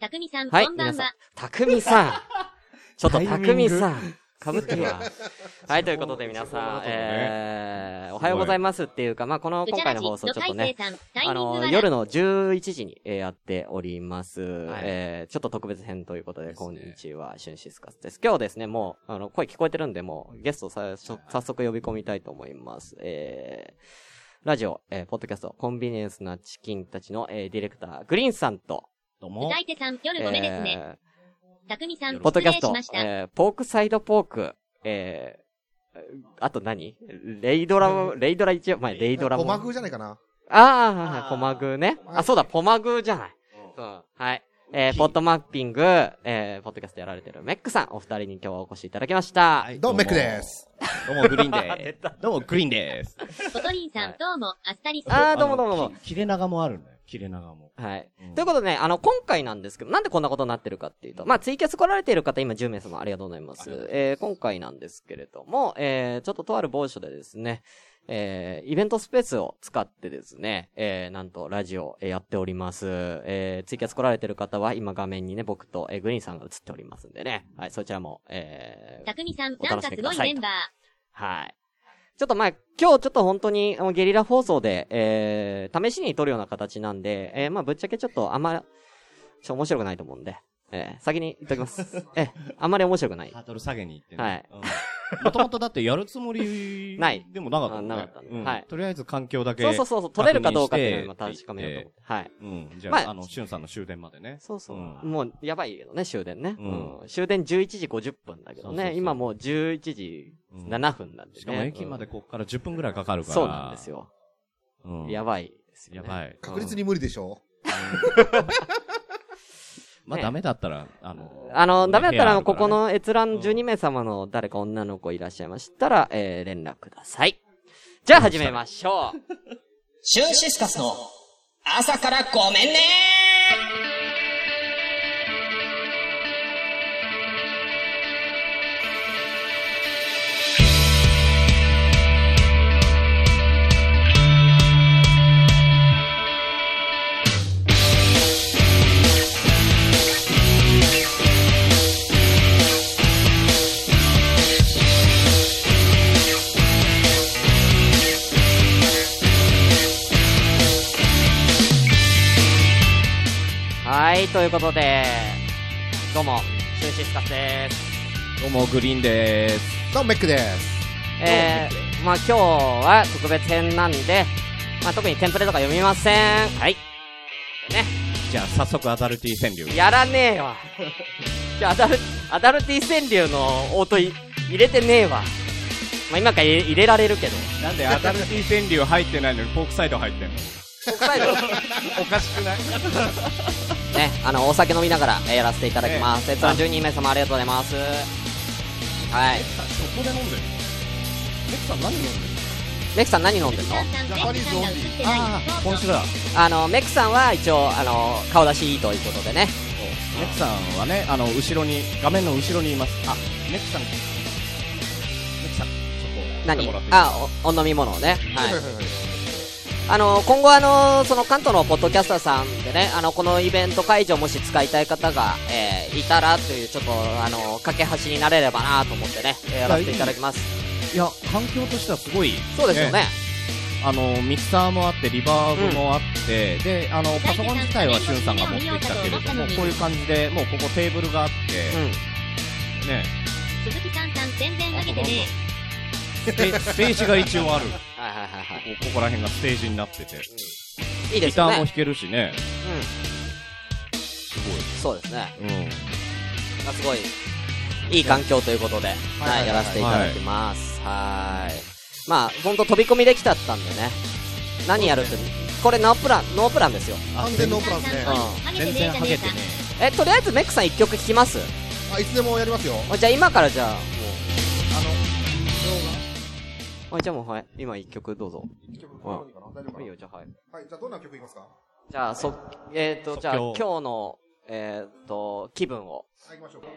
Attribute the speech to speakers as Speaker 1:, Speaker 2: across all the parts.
Speaker 1: たくみさん、
Speaker 2: はい
Speaker 1: こ、んば
Speaker 2: 皆
Speaker 1: ん
Speaker 2: さん
Speaker 1: は。。
Speaker 2: たくみさん。ちょっと
Speaker 3: タイミ
Speaker 2: た
Speaker 3: ング
Speaker 2: くみさん。かぶってるわ。はい、ということで皆
Speaker 3: そうだ
Speaker 2: さん
Speaker 3: っ、たのね
Speaker 2: えー、お
Speaker 3: すごい
Speaker 2: はようございますっていうか、まあ、この
Speaker 1: う
Speaker 2: 今
Speaker 1: ちゃ
Speaker 2: 回
Speaker 1: ら
Speaker 2: の
Speaker 1: じ、
Speaker 2: 放送
Speaker 1: の
Speaker 2: ちょっと
Speaker 1: 海
Speaker 2: ね
Speaker 1: 星、さん、タイミ
Speaker 2: あ
Speaker 1: ング
Speaker 2: の、
Speaker 1: は
Speaker 2: 夜の11時に、えーやっております。
Speaker 3: はい
Speaker 2: えー、ちょっと特別編ということで、
Speaker 3: です
Speaker 2: こん
Speaker 3: ね
Speaker 2: にちは、シュンシスカスです。今日ですね、もう、あの、声聞こえてるんで、もう、ゲストさ、しょ早速呼び込みたいと思います。えー、ラジオ、えー、ポッドキャスト、コンビニエンスなチキンたちの、えー、ディレクター、グリーンさんと、
Speaker 3: どう
Speaker 1: う
Speaker 3: も
Speaker 1: た。いてさん、夜ごめですね。
Speaker 2: えー
Speaker 1: たくみさん、
Speaker 2: ポッド
Speaker 1: 失
Speaker 2: キャ
Speaker 1: 礼し
Speaker 2: スト
Speaker 1: まし、た。
Speaker 2: えー、ポークサイドポーク、えー、あと何レイドラも、レイドラ一応、前、レイドラも。
Speaker 3: ポマグじゃないかな。
Speaker 2: ああ、
Speaker 3: あー
Speaker 2: ポマグね。
Speaker 3: マグ
Speaker 2: あ、そうだ、ポマグじゃない。そう。はい。えー、ポッドマッピング、えー、ポッドキャストやられてるメックさん、お二人に今日はお越しいただきました。
Speaker 4: はい
Speaker 3: どうもメックです。
Speaker 4: どうも、グリー ンでーす。どうも、グリーンでーす。
Speaker 1: コトリンさ
Speaker 2: は
Speaker 1: ん
Speaker 2: い、
Speaker 1: どうも、アスタリス。
Speaker 2: あー、
Speaker 4: の
Speaker 2: どうもどうもどうも。
Speaker 4: き切れ長もあるんだよ。切れ長も。
Speaker 2: はい。
Speaker 4: うん
Speaker 2: ということでね、あの、今回なんですけど、なんでこんなことになってるかっていうと、まあ、ツイキャス来られている方、今10名様ありがとうございます。えー、今回なんですけれども、えー、ちょっととある某所でですね、えー、イベントスペースを使ってですね、えー、なんと、ラジオ、えーやっております。えー、ツイキャス来られてる方は、今画面にね、僕と、えー、グリーンさんが映っておりますんでね、はい、そちらも、えー
Speaker 1: た、くみさん、
Speaker 2: お
Speaker 1: なんか
Speaker 2: 楽し
Speaker 1: す
Speaker 2: みく
Speaker 1: ご
Speaker 2: だ
Speaker 1: い
Speaker 2: さい
Speaker 1: メンバー。
Speaker 2: はい。ちょっとまあ、今日ちょっと本当にあのゲリラ放送で、えー、試しに撮るような形なんで、えー、まあぶっちゃけちょっとあんま、ちょ、面白くないと思うんで、えー、先に言っとき ます。えー、あんまり面白くない
Speaker 4: ハ。ードル下げに行って
Speaker 2: はい
Speaker 4: ね。はい。 もともとだってやるつもり
Speaker 2: ない
Speaker 4: でもなかったもんね。
Speaker 2: あなかったね
Speaker 4: うん
Speaker 2: はい
Speaker 4: とりあえず環境だけ。
Speaker 2: そうそうそうそう、撮れるかどうかっていうのを
Speaker 4: 確認して
Speaker 2: 確かめようと思って。はい。
Speaker 4: うん。じ
Speaker 2: ま
Speaker 4: ゃ
Speaker 2: あ
Speaker 4: あ、あの、しゅんさんの終電までね。
Speaker 2: そうそう。
Speaker 4: うん
Speaker 2: もう、やばいけどね、終電ね。う
Speaker 4: うんん。
Speaker 2: 終電11時50分だけどね。
Speaker 4: そうそうそう
Speaker 2: 今もう11時7分なんでね。
Speaker 4: しかも駅までこっから10分ぐらいかかるから。
Speaker 2: そうなんです。よ。
Speaker 4: うん。
Speaker 2: やばいですよ
Speaker 4: や
Speaker 2: ね。
Speaker 4: ばい。
Speaker 3: 確実に無理でしょ
Speaker 4: まあ、
Speaker 2: ね
Speaker 4: ダメだったら、あの、
Speaker 2: あの、
Speaker 4: ね
Speaker 2: ダメだった
Speaker 4: 部屋あ
Speaker 2: ら、
Speaker 4: るか
Speaker 2: こ
Speaker 4: ね
Speaker 2: この閲覧12名様の誰か女の子いらっしゃいましたら、えー、連絡ください。じゃあ始めましょう。
Speaker 5: シュンシスカスの朝からごめんね
Speaker 2: はい、ということで、どうも、シュンシスカスです。
Speaker 4: どうも、グリーンでーす。
Speaker 3: どうもメックです。
Speaker 2: えー、まあ今日は特別編なんで、まあ特にテンプレとか読みません。はい。ね、
Speaker 4: じゃあ、早速、アダルティ川柳。
Speaker 2: やらねえわ。 じゃあアダル、アダルティ川柳の音い入れてねえわ。まあ今から入れ入れられる けど。
Speaker 4: なんで、アダルティ川柳入ってないのに、フォークサイド入ってんの
Speaker 2: 国際の
Speaker 4: おかしくない
Speaker 2: ね、あの、お酒飲みながら、えーやらせていただきます。えっと、12名様ありがとうございます。はい。
Speaker 4: そこで飲んでるメクさん何飲んでる
Speaker 2: メクさん何飲んでんの
Speaker 1: ダンさん、
Speaker 3: ジ
Speaker 1: ベッ
Speaker 3: ャパ
Speaker 1: ク
Speaker 3: ニー
Speaker 1: さ
Speaker 3: ズ
Speaker 1: ん
Speaker 3: オン
Speaker 1: が
Speaker 3: リ
Speaker 1: 映っ
Speaker 3: ー
Speaker 1: てない。どうぞ
Speaker 4: 週だ
Speaker 2: あの、メクさんは一応、あの、顔出しいいということでね。
Speaker 4: メクさんはねあの後ろに画面の後ろにいますあメクさんメクさんちょっと
Speaker 2: 何
Speaker 4: 見てもらっていい
Speaker 2: あ、お、お飲み物をね。
Speaker 3: は
Speaker 2: は
Speaker 3: いはいい。はい。
Speaker 2: あの、今後あの、その関東のポッドキャスターさんでね、あの、このイベント会場もし使いたい方が、えーいたらという、ちょっと、あの、架け橋になれればなと思ってね、えーやらせていただきます。
Speaker 4: いや環境としてはすごい
Speaker 2: そうですよね。
Speaker 4: あのミキサーもあってリバーブもあって、であのパソコン自体はしゅんさんが持ってきたけれどもこういう感じでもうここテーブルがあって、ね
Speaker 1: 鈴木さんさん、全然上げてね
Speaker 4: ステステージが一応ある
Speaker 2: うん。はいはいはいは
Speaker 4: こ
Speaker 2: い。
Speaker 4: こここら辺がステージになってて
Speaker 2: いいで
Speaker 4: ギ
Speaker 2: す
Speaker 4: タ
Speaker 2: よ
Speaker 4: ー
Speaker 2: ね。
Speaker 4: も弾けるしねす
Speaker 2: うん。そうですね。
Speaker 4: ごいうん
Speaker 2: まあ、すごい、いい環境ということで、
Speaker 3: はい
Speaker 2: はい、やらせていただきます。はーい。まあ、ほんと飛び込みできちゃったんでね。何やるって、これノープラン、ノープランですよ。
Speaker 3: 完全ノープランですね
Speaker 1: さ。んさん、上げてねえじゃねえか。
Speaker 2: え、とりあえずメックさん一曲聴きます
Speaker 3: あ、いつでもやりますよ。
Speaker 2: あじゃあ今からじゃ
Speaker 3: あの、
Speaker 2: あ、あじゃあもうはい、今一曲どうぞ。
Speaker 3: 動画。曲どうにかな大丈夫か
Speaker 2: いい
Speaker 3: な
Speaker 2: よ、じゃあはい。
Speaker 3: はい、じゃあどんな曲いきますか
Speaker 2: じゃあ、そ、えっ、と、
Speaker 4: 即興
Speaker 2: じゃあ今日の、えっ、と、気分を。
Speaker 3: はい、行きましょうか。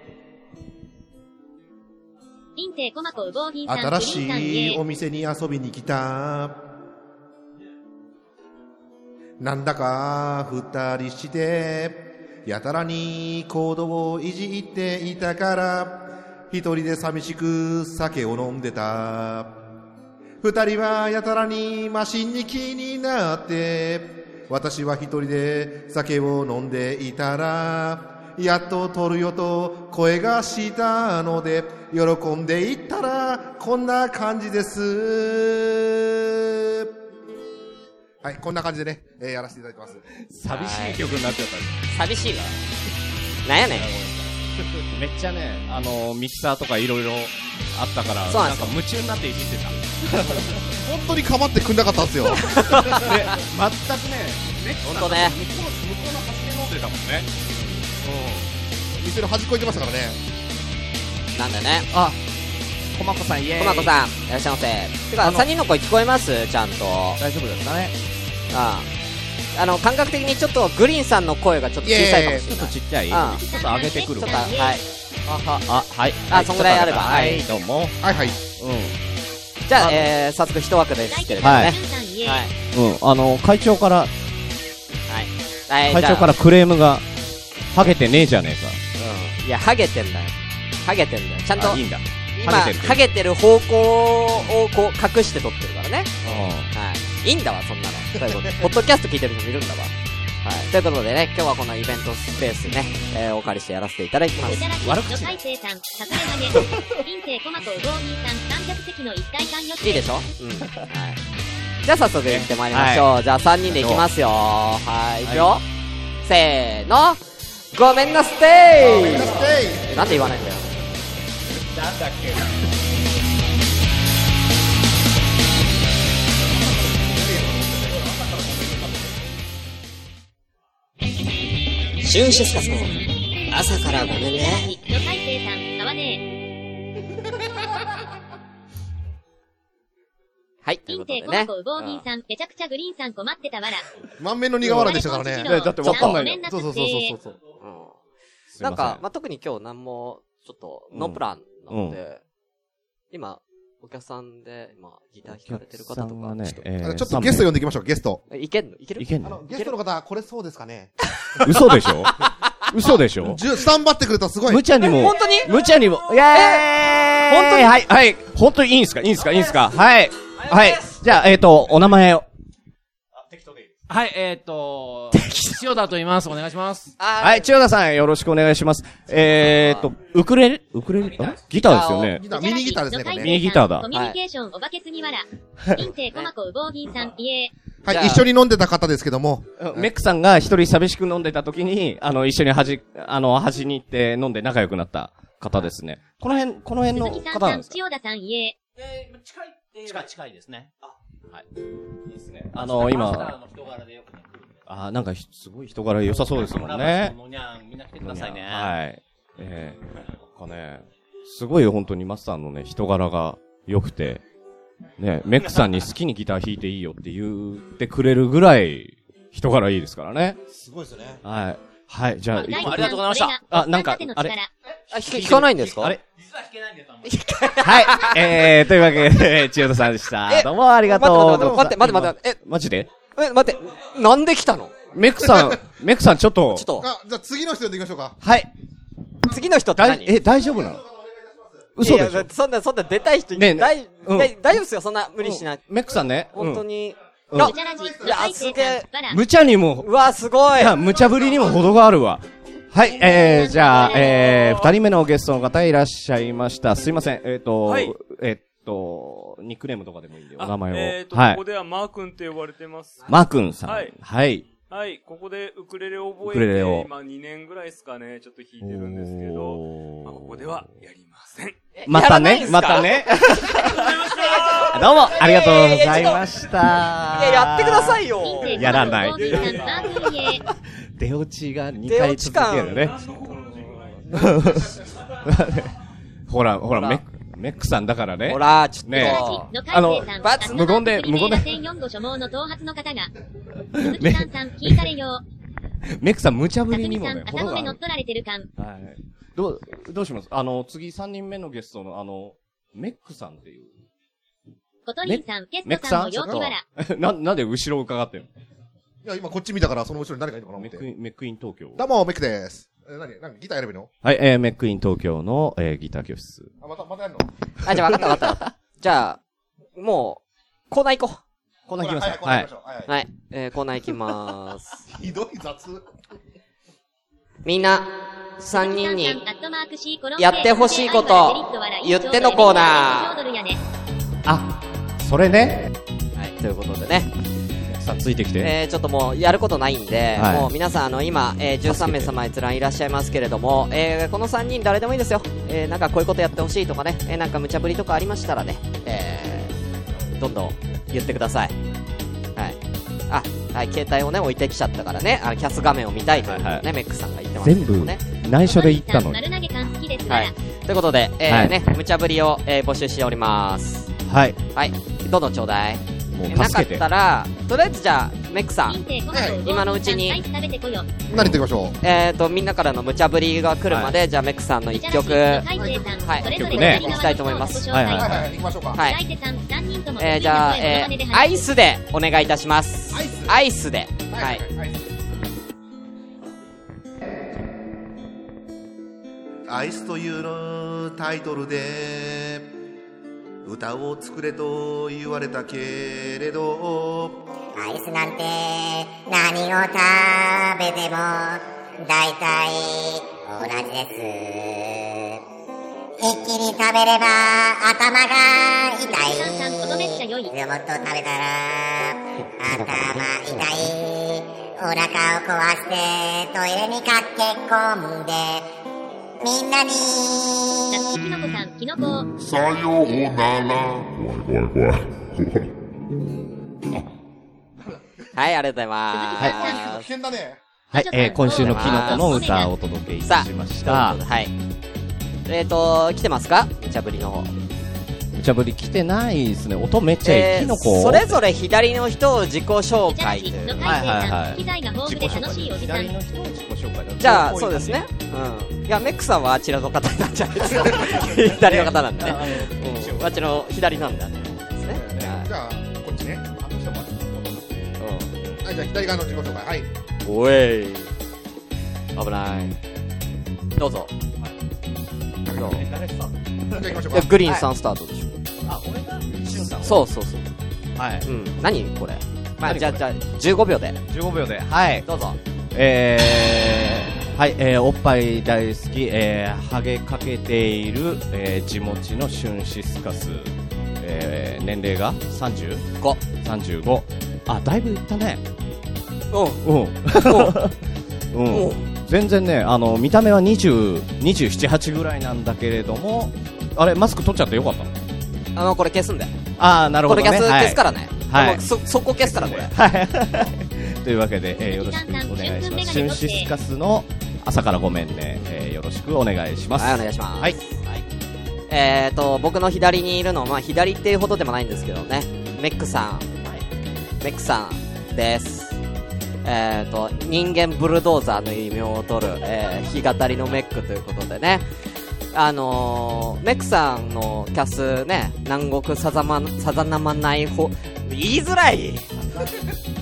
Speaker 1: インテコマコウボウギンさん、グリ
Speaker 3: 新
Speaker 1: ーンさん、
Speaker 3: しい
Speaker 1: え
Speaker 3: お店に遊びに来たなんだか二人してやたらに行動をいじっていたから、一人で寂しく酒を飲んでた。二人はやたらにマシンに気になって、私は一人で酒を飲んでいたら、やっと取るよと声がしたので、喜んでいったらこんな感じです。はい、こんな感じでね、えーやらせていただいてます。
Speaker 4: 寂しい曲になっちゃったね
Speaker 2: 寂しいわ。なんやねん。
Speaker 4: めっちゃね、あのミキサーとかいろいろあったから、
Speaker 2: そうなんです
Speaker 4: なんか
Speaker 2: よ
Speaker 4: 夢中になっていじってた。
Speaker 3: 本当に構ってくんなかったん ですよ。
Speaker 4: で、全くね、ね、
Speaker 2: ほんとね
Speaker 4: 向こう、向こうの端で飲んでたもんね。
Speaker 3: 店の端っこ行ってましたからね。
Speaker 2: なんだね。
Speaker 4: あ、コマコさんイエーイ。
Speaker 2: コマコさん、いらっしゃいませ。てか、
Speaker 4: あの
Speaker 2: 3人の声聞こえますちゃんと。
Speaker 4: 大丈夫ですかね。
Speaker 2: あああの、感覚的にちょっとグリーンさんの声がちょっと小さいかもし
Speaker 4: ちょ
Speaker 2: れ
Speaker 4: っ
Speaker 2: な
Speaker 4: と
Speaker 2: い。
Speaker 4: ちっちゃいち
Speaker 2: あ
Speaker 4: ょっと上げてくる
Speaker 2: ちょ
Speaker 4: わ
Speaker 2: っ
Speaker 1: ちょ
Speaker 2: と、
Speaker 1: っと
Speaker 2: はい。
Speaker 4: あは、あ、はい。
Speaker 2: あ
Speaker 4: はい
Speaker 2: そんぐらいあれば
Speaker 4: ちょっとは、
Speaker 2: はい
Speaker 4: どうも。
Speaker 3: はい はい。
Speaker 2: じゃあ、
Speaker 4: あの
Speaker 2: えー、早速一枠ですけれどもね。
Speaker 4: は
Speaker 2: はいい。
Speaker 1: は
Speaker 4: うん。うん。あの、会長から、
Speaker 2: はい。はい、。
Speaker 4: 会長かららクレームが、ハゲてねえじゃね
Speaker 2: う
Speaker 4: え
Speaker 2: ん。いや、ハゲてんだよ。ハゲてんだよ。ちゃん
Speaker 4: か。
Speaker 2: と
Speaker 4: あ、いいんだ。
Speaker 2: 今、
Speaker 4: ハゲてる
Speaker 2: ハゲてる方向をこう隠して撮ってるからね。
Speaker 4: う
Speaker 2: はい。いいんだわ、そんなの。ということで、ポ ッドキャスト聞いてる人もいるんだわ。はい。ということでね、今日はこのイベントスペースね、えー、お借りしてやらせていただきま
Speaker 1: う
Speaker 2: す。
Speaker 1: たらし、
Speaker 4: 悪口
Speaker 1: 女
Speaker 4: だ
Speaker 1: 大生さん、さすが投げ、ピンテコマコウボウギさん、300席の一体感予定。
Speaker 2: いいでしょうん。はい。じゃあ早速行ってまいりましょう。じゃあ3人で行きますよ。はい、行くよ。せーの。ごめんなステイごめんなステイなんで言わないんだよ。
Speaker 5: シュンシスカスの朝からごめんね。
Speaker 1: 女大生さん、買わねえ。
Speaker 2: はい、と
Speaker 1: ピ
Speaker 2: いうこ
Speaker 1: ン
Speaker 2: と
Speaker 1: テ
Speaker 2: で
Speaker 1: コマ
Speaker 2: ね
Speaker 1: コ。ウボウギさん、めちゃくちゃグリーンさん困ってたわら。
Speaker 3: 満面の苦笑いでしたからね。
Speaker 1: ねだってわかんないよ
Speaker 3: ちょっとそうそうそうそうそう。
Speaker 2: うん。
Speaker 4: すいませ
Speaker 2: なんんか、、まあ、特に今日何も、ちょっと、ノープランなので、今、お客さんで、今、ギター弾かれてる方と
Speaker 4: お客さん
Speaker 2: か、
Speaker 4: はね
Speaker 2: ちょっ
Speaker 4: え
Speaker 3: あ
Speaker 4: ー
Speaker 3: ちょっとゲスト呼
Speaker 4: 三
Speaker 3: んでいきましょう、ゲスト。
Speaker 2: と、いけんのいける
Speaker 4: 名いけん
Speaker 3: あ
Speaker 4: の
Speaker 3: の、ゲストの方、これそうですかね。
Speaker 4: 嘘でしょ嘘で しょ
Speaker 3: じゅスタンバってくれたらすごい。
Speaker 4: むちゃにも
Speaker 2: 本、当に
Speaker 4: むちゃにも、いやー
Speaker 2: 本当に
Speaker 4: はい、はい。本当にいいんすかいいんすかいいんすかはい。はい。じゃあ、えっと、お名前を。
Speaker 6: はい、えーっと、塩田と言います。お願いします。
Speaker 2: あー
Speaker 4: はい、千代田さん、よろしくお願いします。えーっと、ウクレレ、ウクレレ、あギターですよね。
Speaker 3: ギターミニギターですね、これね。
Speaker 4: ミニギターだ
Speaker 1: コミュニケーションおばけつにわら。インテコマコウボウギさん、いえ。
Speaker 3: は
Speaker 2: じゃあ
Speaker 3: い、一緒に飲んでた方ですけども。
Speaker 4: メックさんが一人寂しく飲んでた時に、あの、一緒に端、あの、端に行って飲んで仲良くなった方ですね。この辺、この辺の
Speaker 1: 鈴木さん
Speaker 4: 方
Speaker 1: さ
Speaker 4: なん
Speaker 1: ん、
Speaker 4: ですか
Speaker 1: 千代田さん、いえ。
Speaker 6: えー、近いって近い、近いですね。
Speaker 4: あの、
Speaker 6: 朝
Speaker 4: 今、
Speaker 6: の人柄でよくね来るんで
Speaker 4: あーなんかひ、すごい人柄良さそうですもんね。
Speaker 6: もうにゃんみんな来てくださいね。
Speaker 4: はい。ええなんかね、すごい本当にマスさんのね、人柄が良くて、ね、メックさんに好きにギター弾いていいよって言ってくれるぐらい、人柄いいですからね。
Speaker 3: すごいですね。
Speaker 4: はい。はい、じゃあ、
Speaker 1: 大
Speaker 4: い
Speaker 1: 地
Speaker 6: ありがとうございました
Speaker 1: さん
Speaker 4: あなんか
Speaker 1: おっさんたちの力
Speaker 2: あ弾かないんですか
Speaker 4: あれ
Speaker 6: 実は弾けないんですよ。
Speaker 4: はい、えー、というわけで、 千代田さんでした。
Speaker 2: え
Speaker 4: どうもありがとう。
Speaker 2: 待って待って待って待って待って待って、
Speaker 4: マジで
Speaker 2: え、え、待って、なんで来たの
Speaker 4: メックさん、メックさんちょっと
Speaker 2: ちょっ、と、
Speaker 3: あ、じゃあ次の人呼んでいきましょうか。
Speaker 4: はい、
Speaker 2: 次の人って
Speaker 4: だい
Speaker 2: 何、
Speaker 4: え、大丈夫なの嘘でし
Speaker 2: いや
Speaker 4: ょ
Speaker 2: いやそんな、そんな出たい人い
Speaker 4: ねえ
Speaker 2: ない、
Speaker 4: ね
Speaker 2: 大
Speaker 4: うん
Speaker 2: 大大丈夫ですよ、そんな無理しない。
Speaker 4: メックさんね、
Speaker 2: 本当に。
Speaker 4: うん
Speaker 2: いや
Speaker 1: おちゃらじ
Speaker 2: いや、すげえ。
Speaker 1: バラ
Speaker 4: うん。無茶にも
Speaker 2: うわ、すごい
Speaker 4: い。や、無茶ぶりにも程があるわ。はい、えー、じゃあ、えー、二人目のゲストの方いらっしゃいました。すいません、えっ、ー、と、
Speaker 7: はい
Speaker 4: えっ、と、ニックネームとかでもいいんで、お
Speaker 7: あ
Speaker 4: 名前を。
Speaker 7: えーと、
Speaker 4: は
Speaker 7: ここ
Speaker 4: い。
Speaker 7: ではマー君って呼ばれてます。
Speaker 4: マー君さん。は
Speaker 7: はいい。
Speaker 4: はい。
Speaker 7: はい、ここでウクレレを覚
Speaker 4: ウクレ
Speaker 7: え
Speaker 4: レ
Speaker 7: て、
Speaker 4: を
Speaker 7: 今2年ぐらいですかね、ちょっと弾いてるんですけど、まあ、ここではやりません。
Speaker 4: またね、
Speaker 2: やら
Speaker 4: また
Speaker 2: ない
Speaker 4: ね。 どうも、ありがとうございました。
Speaker 2: いや、やってくださ
Speaker 4: い。
Speaker 2: いよ。
Speaker 4: やらない
Speaker 1: ピンテコマコウボウギさん、マー君、いえ。
Speaker 4: 出落ちが2回続けるね。 ほら、ほら、メック、メックさんだからね。
Speaker 2: ほら、ちょっ
Speaker 4: ねえ
Speaker 2: と。
Speaker 1: あの、
Speaker 2: 罰
Speaker 4: 無言で無言で
Speaker 1: 4所望の頭髪の方が、鈴木さんさん、聞いたれよ。
Speaker 4: メックさん無茶ぶ
Speaker 1: か
Speaker 4: り
Speaker 1: す
Speaker 4: に
Speaker 1: み
Speaker 4: も
Speaker 1: さ
Speaker 4: ね
Speaker 1: ん、、
Speaker 4: 程
Speaker 1: 頭で
Speaker 4: がある
Speaker 1: 乗っ。取られてる感。
Speaker 4: はい。どう、どうしますあの、次三人目のゲストの、あの、メックさんっていう。
Speaker 1: コトリンさん、ゲ
Speaker 4: メッ
Speaker 1: ス
Speaker 4: ク
Speaker 1: トさん
Speaker 4: さ
Speaker 1: の
Speaker 4: んちょ
Speaker 1: 陽気
Speaker 4: っ
Speaker 1: わら。
Speaker 4: と、な、なんで後ろを伺ってんの
Speaker 3: いや、今こっち見たから、その後ろに誰かいるのかな
Speaker 4: メ
Speaker 3: 思っ
Speaker 4: ックイ
Speaker 3: て。
Speaker 4: ン、メックイン東京。
Speaker 3: どうも、メックです。え、なになんかギターやればいいの
Speaker 4: はい、えー、メックイン東京の、えー、ギター教室。
Speaker 3: あ、また、またやるの
Speaker 2: あ、じゃあ分かった分か った分かった。じゃあ、もう、コーナー行こう。コーナー行きましょう。
Speaker 3: は、
Speaker 2: はいい
Speaker 3: こ。れはい、は
Speaker 2: はい。えー、コーナー行きまーす。
Speaker 3: い。ひどい雑。
Speaker 2: みんな、三人に、
Speaker 1: やってほしいこと言ってのコーナー。
Speaker 4: あ、それね。
Speaker 2: はい、ということでね。
Speaker 4: さあ、ついてきて。
Speaker 2: えー、ちょっともうやることないんで、
Speaker 4: はい
Speaker 2: もう皆さんあの今、えー、13名様閲覧いらっしゃいますけれども、えー、この3人誰でもいいですよ、えー、なんかこういうことやってほしいとかね、えー、なんか無茶ぶりとかありましたらね、えー、どんどん言ってください。はい。あ、はい、携帯をね、置いてきちゃったからね、あの、キャス画面を見たいということね、
Speaker 4: はいは
Speaker 2: メックさんが言ってますけ
Speaker 4: 全
Speaker 2: ど
Speaker 4: 部
Speaker 2: ね。、
Speaker 4: 内緒で行ったのに。
Speaker 1: 丸投げ缶好きです
Speaker 2: はい。ということで、えー
Speaker 4: はい
Speaker 2: ね、無茶ぶりを、えー、募集しております。
Speaker 4: はい。
Speaker 2: はい。どんどんちょうだい。
Speaker 4: も
Speaker 2: えー
Speaker 4: う、
Speaker 2: なか
Speaker 4: 助
Speaker 2: っ
Speaker 4: けて。
Speaker 2: たら、とりあえずじゃあ、メックさん、
Speaker 1: 今のうちに。
Speaker 3: 何言っていきましょ
Speaker 2: えー、と、みんなからの無茶ぶりが来るまで、じゃあメックさんの一
Speaker 1: 一
Speaker 2: 曲、
Speaker 1: 曲、
Speaker 2: は
Speaker 1: はい、
Speaker 2: い。
Speaker 1: 一曲
Speaker 4: ね
Speaker 1: ね、いきたいと思います。
Speaker 4: はいは
Speaker 3: う。はいいはいはい、行きましょうか。
Speaker 1: はいい。え
Speaker 2: えー、
Speaker 1: ー、
Speaker 2: じ
Speaker 1: じ
Speaker 2: ゃ
Speaker 1: ゃ
Speaker 2: あ、
Speaker 1: あ、
Speaker 2: え
Speaker 1: え
Speaker 2: ー
Speaker 1: ー、
Speaker 2: ア
Speaker 1: ア
Speaker 2: イ
Speaker 1: イ
Speaker 2: ス
Speaker 1: ス。
Speaker 2: でお願いいたします。
Speaker 3: アイス
Speaker 2: アイスで。はい。
Speaker 3: はい。アイスというのタイトルで歌を作れと言われたけれど
Speaker 8: アイスなんて何を食べても大体同じです一気に食べれば頭が痛いでもっと食べたら頭痛いお腹を壊してトイレに駆け込んでみんなに
Speaker 9: さようなら。怖い怖い怖い。
Speaker 2: はい、ありがとうございま
Speaker 3: 危険だね
Speaker 4: はい、えー、今週のキノコの
Speaker 1: あ
Speaker 4: 歌
Speaker 1: ー
Speaker 4: をお届けいたしました。
Speaker 2: す。はい。えーと、来てますか無茶ぶりの方。
Speaker 4: 無茶ぶり来てないですね。音めっちゃいい。
Speaker 2: え
Speaker 4: キ
Speaker 2: ー
Speaker 4: ノコ
Speaker 2: それぞれ左の人を自己紹介という。
Speaker 4: はいはいはい
Speaker 1: 機材が豊富で楽しいおじさん。
Speaker 4: の人を自己紹介だ
Speaker 2: じゃあ、そうですね。うん。いや、メックさんはあちらの方なんじゃない ですか。左の方なんでね。うんあっちの左なんだね。ですね。
Speaker 3: じゃあこっちねあの人もはいじゃあ左側の自己紹介はい
Speaker 2: おえい危ないどうぞ
Speaker 3: じゃあ行きましょう
Speaker 2: いや
Speaker 3: か
Speaker 2: グリーンさんスタートでしょ、そうそうそう
Speaker 4: はい。
Speaker 2: うん何これまあ
Speaker 4: 何
Speaker 2: じゃあじゃあ15秒で
Speaker 4: 15秒で。はい。
Speaker 2: どうぞ
Speaker 4: えー、はい、えー、おっぱい大好き、えー、ハゲかけている、えー、地持ちのシュンシスカス、えー、年齢が 30?5。35。あ、だいぶいったね。
Speaker 2: う
Speaker 4: うん。うん。全然ね、あの、見た目は20、27、8ぐらいなんだけれども、あれ、マスク取っちゃってよかったの
Speaker 2: んあのこれ消すんで
Speaker 4: ああ、なる
Speaker 2: こ
Speaker 4: ほど
Speaker 2: れ
Speaker 4: ね。
Speaker 2: 消す
Speaker 4: はい
Speaker 2: 消すからね
Speaker 4: はい
Speaker 2: もうそそこ消すからこれ
Speaker 4: はい。 というわけで、えーよろしくお願いします。シュンシスカスの朝からごめんね、えーよろしくお願いします。
Speaker 2: はいお願いします
Speaker 4: はい
Speaker 2: えーと僕の左にいるのはまあ左っていうほどでもないんですけどねメックさん、メックさんですえーと人間ブルドーザーの異名を取る、えー、弾き語りのメックということでねあのー、メックさんのキャスね南国さざまさざなまないほ言いづらい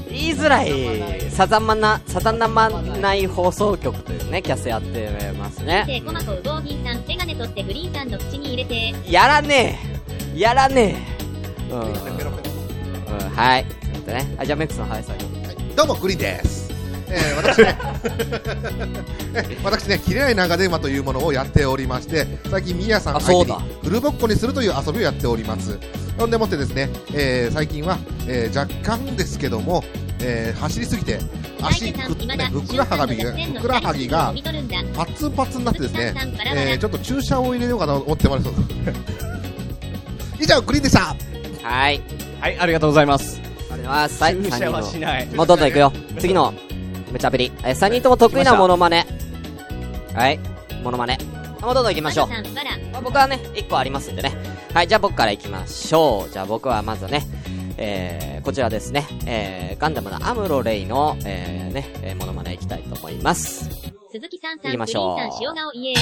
Speaker 2: 言いづらいさざまなさざなまない放送局というねキャスやってますね
Speaker 1: で、コマコウゴーギーさん、メガネ取ってグリーンさんの口に入れて、
Speaker 2: やらねえやらねえうん、うん、はいちょっとねあじゃあメックスのはい最後
Speaker 3: どうもグリーンですえー、私ね え私ね切れない長電話というものをやっておりまして最近ミヤさん
Speaker 2: あ
Speaker 3: 相手
Speaker 2: そうだ
Speaker 3: にフルボッコにするという遊びをやっておりますほんでもってですね、えー、最近は、えー、若干ですけども、えー、走りすぎて足
Speaker 1: さ
Speaker 3: ふ
Speaker 1: ん、
Speaker 3: く,、
Speaker 1: 今だ、、
Speaker 3: ねふくらはがみがふくらはぎが
Speaker 1: 読み取るんだ。
Speaker 3: パッツンパッツンになってですね
Speaker 1: さん、バラバラ
Speaker 3: えー、ちょっと注射を入れようかなと思ってます。 以上、グリーンでした。
Speaker 2: はいあり
Speaker 4: はい、ありがとうございます。
Speaker 2: がとうございますはい
Speaker 4: 注射はし
Speaker 2: の
Speaker 4: ない。
Speaker 2: もうどんどんいくよ次の無茶ぶりえ3人とも得意なモノマネはいモノマネもうどんどんいきましょう
Speaker 1: さん、バラ。
Speaker 2: まあ、僕はね、1個ありますんでね。はい、じゃあ僕から行きましょう。じゃあ僕はまずね、えー、こちらですね、えー、ガンダムのアムロレイの、えー、ね、えー、モノマネいきたいと思います。
Speaker 1: 鈴木さんさん、グ
Speaker 2: 行き
Speaker 1: リ
Speaker 2: まし
Speaker 1: ー
Speaker 2: ょう
Speaker 1: ンさん、塩顔言え。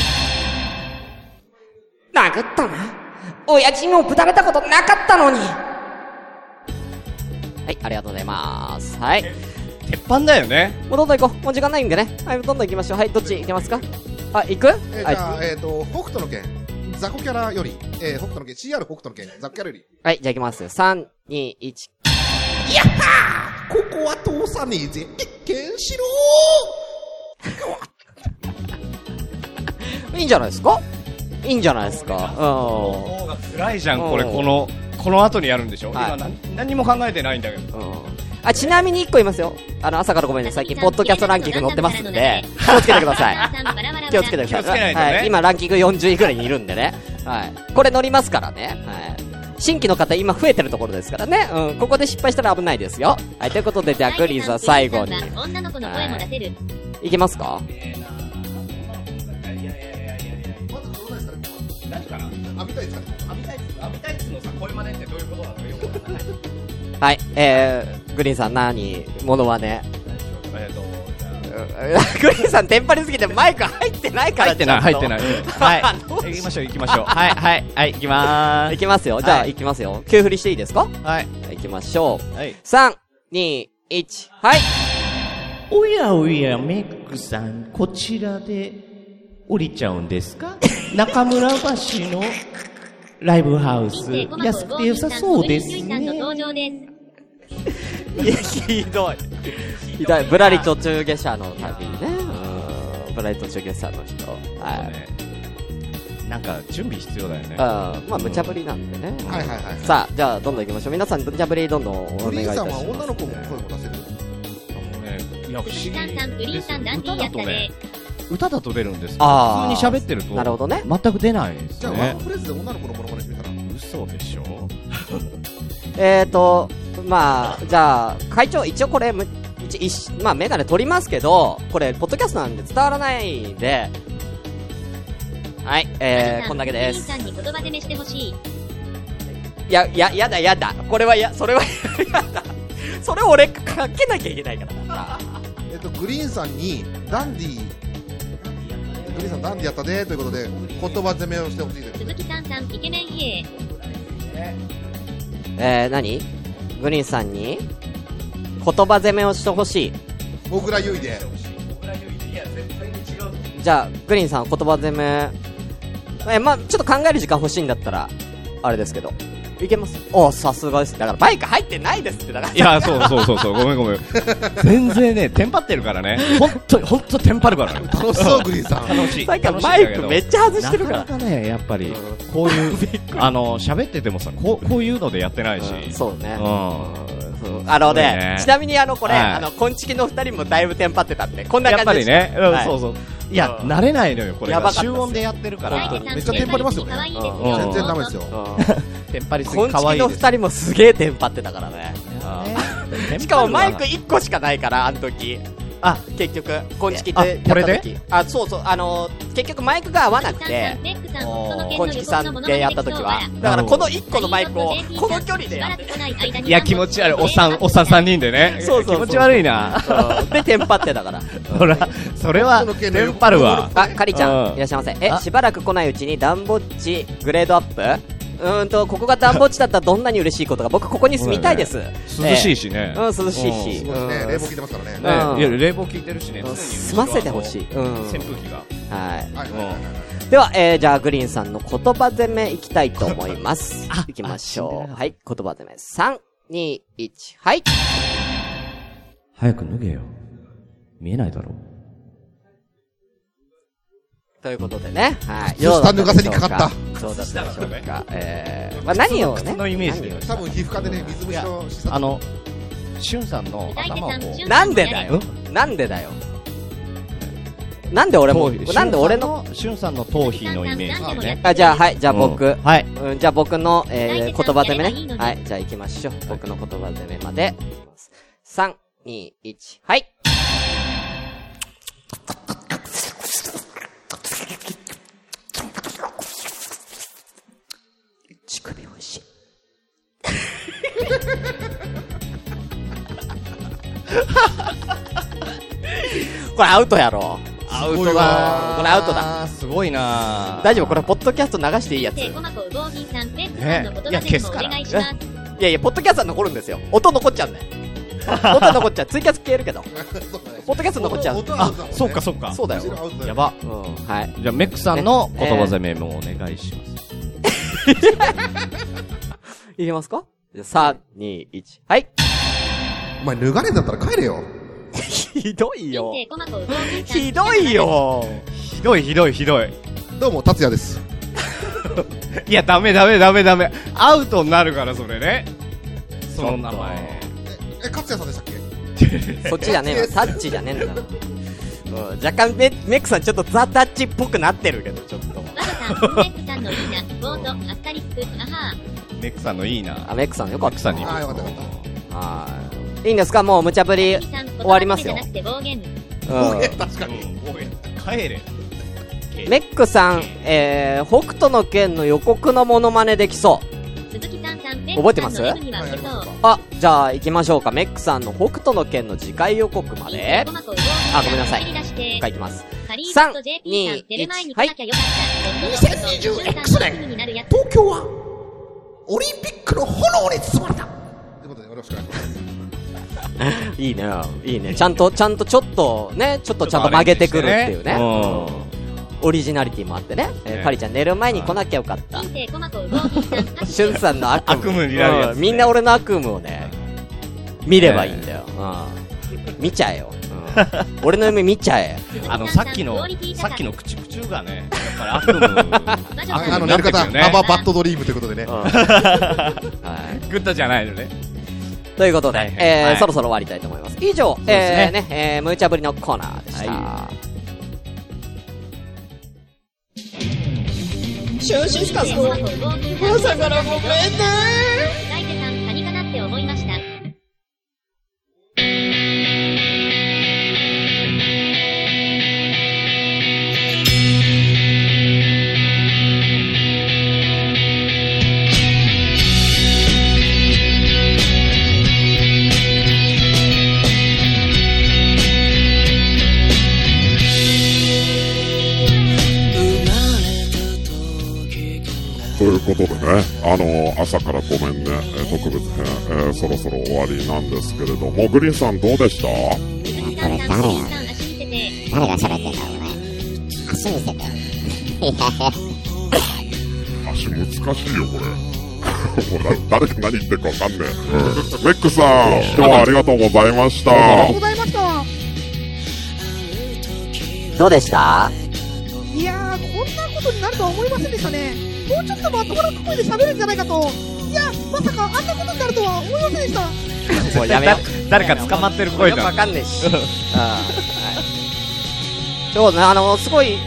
Speaker 2: 殴ったな。親父もぶたれたことなかったのに。はい、ありがとうございます。はい。
Speaker 4: 鉄板だよね。
Speaker 2: もうどんどん行こう。もう時間ないんでね。はい、どんどん行きましょう。はい、どっち行けますかあ、行く
Speaker 3: えー
Speaker 2: は
Speaker 3: じ
Speaker 2: い。
Speaker 3: ゃあ、えっ、と、北斗の剣、ザコキャラより、えー、北斗の剣、CR 北斗の剣、ザコキャラより、
Speaker 2: はい、じゃあ行きます。3、2、1。
Speaker 3: ここは通さねえぜ、一見しろ
Speaker 2: いいんじゃないですかいいんじゃないですか。う
Speaker 4: 方が辛いじゃん、これ、
Speaker 2: うん
Speaker 4: この、この後にやるんでしょ
Speaker 2: はい
Speaker 4: 今何、何にも考えてないんだけど。
Speaker 2: ん。うん。あ、ちなみに1個言いますよ。あの、朝からごめんね。最近、ポッドキャストランキング載ってますんで、気をつけてください。気をつけてください。
Speaker 4: 気をつけないとね
Speaker 2: はい。今、ランキング40位ぐらいにいるんでね。はい。これ乗りますからね。はい。新規の方、今増えてるところですからね。うん。ここで失敗したら危ないですよ。はい。ということで、じゃあ、グリーズは最後に。
Speaker 1: 女の子の声も出せる。
Speaker 2: いけますか
Speaker 3: まずどうですかね
Speaker 4: 何かな
Speaker 3: 網タイツかね
Speaker 4: アビタイツ、アビタイツのさ、声真似ってどういうことなのよくわかんない。
Speaker 2: はい。えー、グリーンさん何モノマネ。
Speaker 4: えっと、
Speaker 2: うんグリーンさん、テンパりすぎてマイク入ってないか
Speaker 10: 入
Speaker 2: ら。
Speaker 10: ってない、入ってないい。
Speaker 2: は。
Speaker 10: はいい。
Speaker 2: どうし
Speaker 4: 行きましょう、行きましょう。
Speaker 10: はい、はい、はい、行きま
Speaker 2: い
Speaker 10: ー
Speaker 2: きますよ。じゃあ、
Speaker 10: はい
Speaker 2: いきますよ。急振りしていいですか
Speaker 10: す。はい。
Speaker 2: いきましょう。
Speaker 10: はい。
Speaker 2: 3、2、1、はい。
Speaker 10: おやおや、メックさん、こちらで降りちゃうんですか中村橋のライブハウス
Speaker 1: 人生コ、マ
Speaker 10: 安
Speaker 1: と
Speaker 10: く
Speaker 1: ゴ
Speaker 10: て
Speaker 1: ー
Speaker 10: 良
Speaker 1: ミさ
Speaker 10: さ
Speaker 1: ん
Speaker 10: そうです
Speaker 1: 小さんの
Speaker 10: ね。
Speaker 1: 登場です。
Speaker 2: いや、ひどい。ひどい。ぶらり途中下車の旅ね。うん。ぶらり途中下車の人。はい。
Speaker 4: なんか、準備必要だよね。
Speaker 2: あまあ、無茶ぶりなんでね。
Speaker 3: はいはいはい。
Speaker 2: さあ、じゃあ、どんどん行きましょう。皆さん、無茶ぶりどんどんお願
Speaker 3: グ
Speaker 2: い
Speaker 3: リ
Speaker 2: い
Speaker 3: ー
Speaker 2: たし
Speaker 3: ンさん
Speaker 2: ま
Speaker 3: は
Speaker 2: す。
Speaker 3: 女の子も声も出せる
Speaker 4: もうね、いや、不思
Speaker 1: グリ
Speaker 4: 議
Speaker 1: ーンさん、グリーンさん、ランキーや
Speaker 4: だ
Speaker 1: った
Speaker 4: とね
Speaker 1: ね。、
Speaker 4: 歌だと出るんです
Speaker 2: あー
Speaker 4: 普通に喋ってると、
Speaker 2: なるほどね。
Speaker 4: 全く出ないです
Speaker 3: じゃあ、ワ
Speaker 4: ね
Speaker 3: ン。フレーズで女の子のモノマネしてみたら、
Speaker 4: 嘘でしょ
Speaker 2: えーと、まあ、じゃあ、会長、一応これ、む一一まあ、メガネ取りますけど、これ、ポッドキャストなんで伝わらないんで、はい、えー、こんだけで
Speaker 1: グ
Speaker 2: す
Speaker 1: リーン。さんに言葉攻めしてほしい。
Speaker 2: いや、いや、やだ、やだ。これは、や、それは、やだ。 それ俺、かけなきゃいけないから。
Speaker 3: えっと、グリーンさんに、ダンディグリーンさんダンディやったでということで、言葉攻めをしてほしいです。
Speaker 1: 鈴木さんさん、イケメンイエー。
Speaker 2: えー、何グリーンさんに、言葉攻めをしてほしい。
Speaker 3: モグラユイで、
Speaker 2: じゃあ、グリーンさん、言葉攻め、え、まあちょっと考える時間欲しいんだったら、あれですけど。いけますおさすがです。だから、バイク入ってないですって、だから。
Speaker 4: いや、 そうそうそうそう、ごめんごめん。全然ね、 テンパってるからね。ほんと、ほんとテンパるからね。
Speaker 3: 楽しそう、グリーンさん。
Speaker 4: 楽しい。
Speaker 2: さっきから
Speaker 4: 楽しい
Speaker 2: マ
Speaker 4: んだ
Speaker 2: イ
Speaker 4: け
Speaker 2: ク
Speaker 4: ど
Speaker 2: めっちゃ外してる
Speaker 4: な
Speaker 2: か
Speaker 4: からな。かね、やっぱり、こう いう、あの、喋っててもさ、こう、こういうのでやってないし。
Speaker 2: うんそうね。
Speaker 4: うん
Speaker 2: そうあの
Speaker 4: すごい
Speaker 2: ね
Speaker 4: ね、
Speaker 2: ちなみにあの、これ、
Speaker 4: はい
Speaker 2: あの、こんちきの二人もだいぶテンパってたんで、こんな
Speaker 4: やっぱ
Speaker 2: 感じで
Speaker 4: り
Speaker 2: した。
Speaker 4: ね、うん
Speaker 2: はい
Speaker 4: そうそう。いや、
Speaker 2: うん
Speaker 4: 慣れないのよ、これ
Speaker 2: やばかっ
Speaker 4: が。
Speaker 2: たっす
Speaker 4: 集音でやってるか
Speaker 1: 大
Speaker 4: ら
Speaker 1: 地。さん、
Speaker 3: めっちゃテンパりますよね
Speaker 1: 可愛いですよ
Speaker 4: うん
Speaker 3: 全然ダメですよ。
Speaker 10: テンパりすぎ
Speaker 2: こんちき
Speaker 10: 可愛い
Speaker 2: の
Speaker 10: です
Speaker 2: 二人もすげえテンパってたからね。
Speaker 10: ね
Speaker 2: しかもマイク1個しかないから、あの時。あ、結局、こんちきでやった時。
Speaker 4: あこれで
Speaker 2: あ、そうそう、あの、結局マイクが合わなくて、
Speaker 1: 鈴木さんさん、ペックさん、
Speaker 2: こんちきさんでやった時は。だからこの1個のマイクを、この距離でやって。
Speaker 1: い
Speaker 4: いや、気持ち悪い。おっさん、おっさん3人でね。
Speaker 2: そうそうそう
Speaker 4: 気持ち悪 いな。
Speaker 2: うんで、テンパってたから。
Speaker 4: ほら、それは、テンパるわ。
Speaker 2: あ、カリちゃ、
Speaker 4: うんん
Speaker 2: いらっしゃいませ。え、
Speaker 10: あ
Speaker 2: しばらく来ないうちにダンボッチ、グレードアップうーんと、ここがダンボッチだったらどんなに嬉しいことか、僕ここに住みたいです。
Speaker 4: 涼しい
Speaker 2: し。
Speaker 4: しね。
Speaker 2: うん、涼しいし。
Speaker 3: すごいね、
Speaker 2: うん
Speaker 3: 冷房聞いてますからね。
Speaker 4: ね、い
Speaker 2: うん
Speaker 4: や冷房効いてるしね、
Speaker 2: うん
Speaker 4: 常に
Speaker 2: 済ませてほしい
Speaker 4: あの
Speaker 2: うん
Speaker 4: 扇風機が。
Speaker 2: はい。
Speaker 3: はいはいはいはい
Speaker 2: では、えー、じゃあ、グリーンさんの言葉攻めいきたいと思います。いきま
Speaker 10: あ死
Speaker 2: し
Speaker 10: んで
Speaker 2: ょ
Speaker 10: なか
Speaker 2: う。
Speaker 10: った
Speaker 2: はい、言葉攻め。3、2、1、はい。
Speaker 10: 早く脱げよ。見えないだろ。
Speaker 2: ということでね。はい。
Speaker 3: 靴下脱がせにかかった
Speaker 2: どうだったでしょうか。えー、まあ、何をね。
Speaker 4: 靴のイメージで
Speaker 2: 何を
Speaker 3: 多分皮膚科でね、水虫の視察
Speaker 10: あの、しゅんさんの頭をこう、
Speaker 2: なんでだよ。なんでだよ。なんで俺も、なんで俺の、
Speaker 10: しゅんさんの頭皮のイメージでね。
Speaker 2: あ、じゃあ、はい、じゃあ
Speaker 4: うん
Speaker 2: 僕。
Speaker 10: はい。
Speaker 2: うん、じゃあ僕の、えー、言
Speaker 1: 大地さん
Speaker 2: 葉攻め
Speaker 1: やればいい
Speaker 2: ね。
Speaker 1: のに
Speaker 2: はい、じゃあ行きましょう。僕の言葉攻めまで。3、2、1、はい。乳首美味しい。 これアウトやろ。
Speaker 4: ア
Speaker 3: ウトだ
Speaker 2: これアウトだ。
Speaker 4: すごいな
Speaker 2: 大丈夫これポッドキャスト流していいやつ。
Speaker 1: 人生
Speaker 2: い
Speaker 1: コマとゴーミさん、ペックさんの言葉でもお願いします。
Speaker 2: やいや、ポッドキャストは残るんですよ。音残っちゃうんだよ。音残っちゃう。ツイキャス消えるけど。ポッドキャスト残っちゃう。
Speaker 4: あ、そうかそうか。
Speaker 2: そうだよ。
Speaker 4: やば。
Speaker 2: はい。
Speaker 4: じゃあ、メックさんの言葉攻めもお願いします。
Speaker 2: いけますか ?3、2、1。はい。
Speaker 3: お前脱がれんだったら帰れよ。
Speaker 2: ひどいよ。
Speaker 1: 人生コマとうどん兄さん。
Speaker 2: ひどいよ。
Speaker 4: ひどいひどいひどい。
Speaker 3: どうも、達也です。
Speaker 4: いや、ダメダメダメダメ。アウトになるから、それね。その名前。
Speaker 3: え、勝也さんでしたっけ
Speaker 2: そっちじゃねえわ。タッチじゃねえんだな。うん若干メ、メックさんちょっとザ・タッチっぽくなってるけど、ちょっと。
Speaker 1: バカさん、メックさんのいいな、ボート、アスタリスク、あはー。
Speaker 4: メックさんのいいな。
Speaker 2: あ、メックさんよかっ
Speaker 4: メック
Speaker 2: た。
Speaker 4: さんにいい
Speaker 3: ああ、よかったよかっ
Speaker 2: はい。いいんですかもう無茶 ぶり。う
Speaker 1: 兄さん
Speaker 2: 終わりますよ
Speaker 1: 言葉だけじゃなくて暴言。
Speaker 2: ん。
Speaker 4: 帰れ。
Speaker 2: メックさん、えー、北斗の剣の予告のモノマネできそう。
Speaker 1: 鈴木さんさん、メッ
Speaker 2: 覚え
Speaker 1: ク
Speaker 2: て
Speaker 1: さ
Speaker 2: ま
Speaker 1: ん
Speaker 2: す
Speaker 1: の M には
Speaker 3: た。
Speaker 1: 受
Speaker 3: や
Speaker 1: け
Speaker 3: り
Speaker 1: そ
Speaker 3: ま
Speaker 1: う
Speaker 3: しょう。か
Speaker 2: あ、じゃあ行きましょうか。メックさんの北斗の剣の次回予告ま
Speaker 1: 人
Speaker 2: で
Speaker 1: 生コ。マとうどん兄さ
Speaker 2: あごめんなさい
Speaker 1: 切り出して
Speaker 2: 書いてます。
Speaker 1: ハリーさんと JP さ
Speaker 2: 3
Speaker 1: ん、出る前に来なきゃよかった。
Speaker 3: 2020X
Speaker 1: 年になるやつ。
Speaker 3: 東京は、オリンピックの炎に包まれたということで、よろしくお願いします。
Speaker 2: いいね。いいね。ちゃんと、ちゃんとちょっと、ね、ちょっとちゃんと曲げてくるっていうね。オリジナリティもあってね。えー
Speaker 4: ね
Speaker 2: パリちゃん寝る前に来なきゃよかった。
Speaker 1: 人生コマとうどん兄さん、拍
Speaker 2: シ
Speaker 1: 手
Speaker 2: ュンさんの悪夢。
Speaker 4: 悪夢になるやつね
Speaker 2: うんみんな俺の悪夢をね、見ればいいんだよ。うん見ちゃえよ。うん俺の夢見ちゃえ。
Speaker 4: あの、さっきの、さっきのクチュクチュがね、やっぱり悪
Speaker 1: 魔
Speaker 4: 夢、
Speaker 1: 女
Speaker 4: あ
Speaker 1: の
Speaker 4: 悪
Speaker 3: あ
Speaker 4: 夢に
Speaker 3: の、
Speaker 4: な
Speaker 3: 寝
Speaker 4: っ
Speaker 3: る
Speaker 4: てく
Speaker 3: 方、
Speaker 4: よね
Speaker 3: バババッドドリームということでね。
Speaker 2: はい
Speaker 4: グッドじゃないのね。
Speaker 2: ということで、
Speaker 4: はいはい
Speaker 2: えー
Speaker 4: はい
Speaker 2: そろそろ終わりたいと思います。以上、
Speaker 4: うですね
Speaker 2: えーね、えー、無茶ぶりのコーナーでした。
Speaker 4: は
Speaker 5: シュンシュシカスの
Speaker 1: 朝からごめんね大手さん、カニかなって思いました。
Speaker 9: ということでね、あの朝からごめんね、えー特別編、えーそろそろ終わりなんですけれども、グリーンさんどうでした
Speaker 1: 鈴木さんさん、さん、足見てて、
Speaker 8: 誰が喋ってんだ、お前。足見せて。いやいや、
Speaker 9: 足難しいよ、これ。 もうな誰が何言ってるかわかんねえ。メックさん、今日はありがとうございました。
Speaker 5: どうでした
Speaker 11: いやー、こんなことになるとは思いませんでしたね。もうちょっとまともな声で喋るんじゃないかと。いや、まさかあんなことになるとは思いませんでした。
Speaker 2: もうやめよ
Speaker 4: 誰か捕まってる
Speaker 2: う。
Speaker 4: 声
Speaker 2: よくわ
Speaker 4: だ。
Speaker 2: かんねえし。あーはいということで、あの、すごい、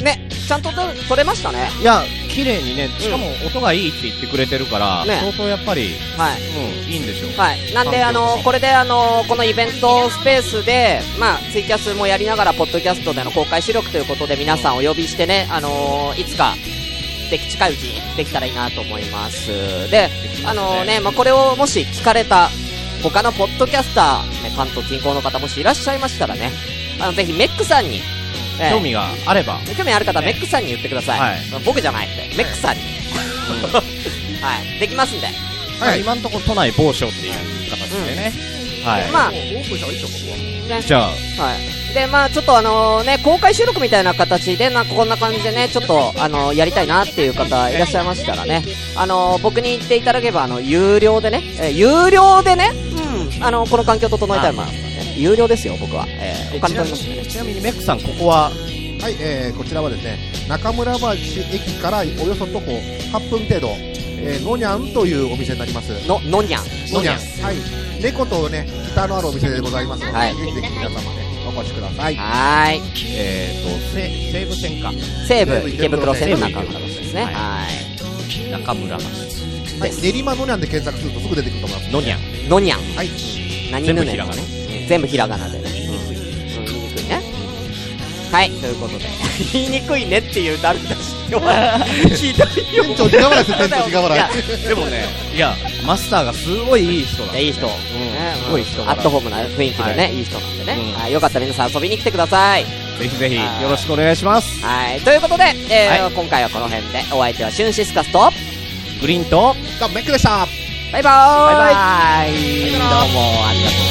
Speaker 2: ね、ちゃんとと撮れましたね。
Speaker 4: いや、綺麗にね、しかも音がいいって言ってくれてるから、
Speaker 2: ね
Speaker 4: 相当やっぱり、
Speaker 2: はい。
Speaker 4: うん、いいんでしょう。
Speaker 2: はい。なんで、あ
Speaker 4: 環境
Speaker 2: の、これで、あの、このイベントスペースで、まあ、ツイキャスもやりながら、ポッドキャストでの公開収録ということで、皆さんお呼びしてね、あの、いつか、でき、近いうちにできたらいいなと思います。で、あのね、まあ、これをもし聞かれた、他のポッドキャスター、ね、関東近郊の方もしいらっしゃいましたらね、あの、ぜひメックさんに、ええ
Speaker 4: 興味があれば、
Speaker 2: 興味ある方はメ
Speaker 4: ね
Speaker 2: ックさんに言ってください。
Speaker 4: はい
Speaker 2: 僕じゃないんで、メックさんに。 はい。できますんで。
Speaker 3: はい
Speaker 4: 今のところ都内某所っていう形でね、はい、
Speaker 2: まあ、
Speaker 4: じゃあ、
Speaker 2: はい。で、まあ、ちょっとあのね、公開収録みたいな形で、なんかこんな感じでね、ちょっと、あのやりたいなっていう方いらっしゃいましたらね、あの僕に言っていただければ、あの、有料でね、えー有料でね、うん、あのこの環境を整えたいもん、ね、有料ですよ、僕は。えーお
Speaker 4: ち
Speaker 2: 金
Speaker 4: な
Speaker 2: 取
Speaker 4: み
Speaker 2: りますんで
Speaker 4: に
Speaker 2: ね。
Speaker 4: ちなみにメックさん、ここは、
Speaker 3: はい、えーこちらはですね、中村橋駅からおよそ徒歩8分程度、えー、のにゃんというお店になります。
Speaker 2: の、のにゃん。
Speaker 3: のにゃん。はい。猫とね、ギターのあるお店でございますので、
Speaker 2: はい
Speaker 3: ぜひぜひ皆様ね、お越しください。
Speaker 2: はーい。
Speaker 4: えーと、せ西武線か、
Speaker 2: 西武池袋線の中村ですね。
Speaker 4: はい
Speaker 2: は
Speaker 4: 中村橋、
Speaker 3: はい、練馬のにゃんで検索するとすぐ出てくると思います。
Speaker 4: のにゃん。
Speaker 2: い。のにゃん。
Speaker 3: はい。
Speaker 2: 何ぬねん
Speaker 4: 全部ひらがな
Speaker 2: うん全部ひらがなでね。うん言いにくいね。はい、ということで。言いにくいねっていう誰だし、お前ひどいよ。
Speaker 3: 店長苦笑いする店長苦笑い
Speaker 2: や
Speaker 4: でもね、いや、マスターがすご いいい人だ、
Speaker 2: いやいい人。ね
Speaker 4: すごい人
Speaker 2: アットホームな雰囲気で
Speaker 4: は
Speaker 2: ね、いい人なんでね
Speaker 4: う。ん
Speaker 2: はいよかったら皆さん遊びに来てください。
Speaker 4: ぜひぜひ、よろしくお願いします。
Speaker 2: はい、ということで、えー今回はこの辺で、お相手はシュンシスカスと、
Speaker 4: グリーンと、
Speaker 3: どうもメックでした
Speaker 2: バイバーイ。どうも、ありがとう。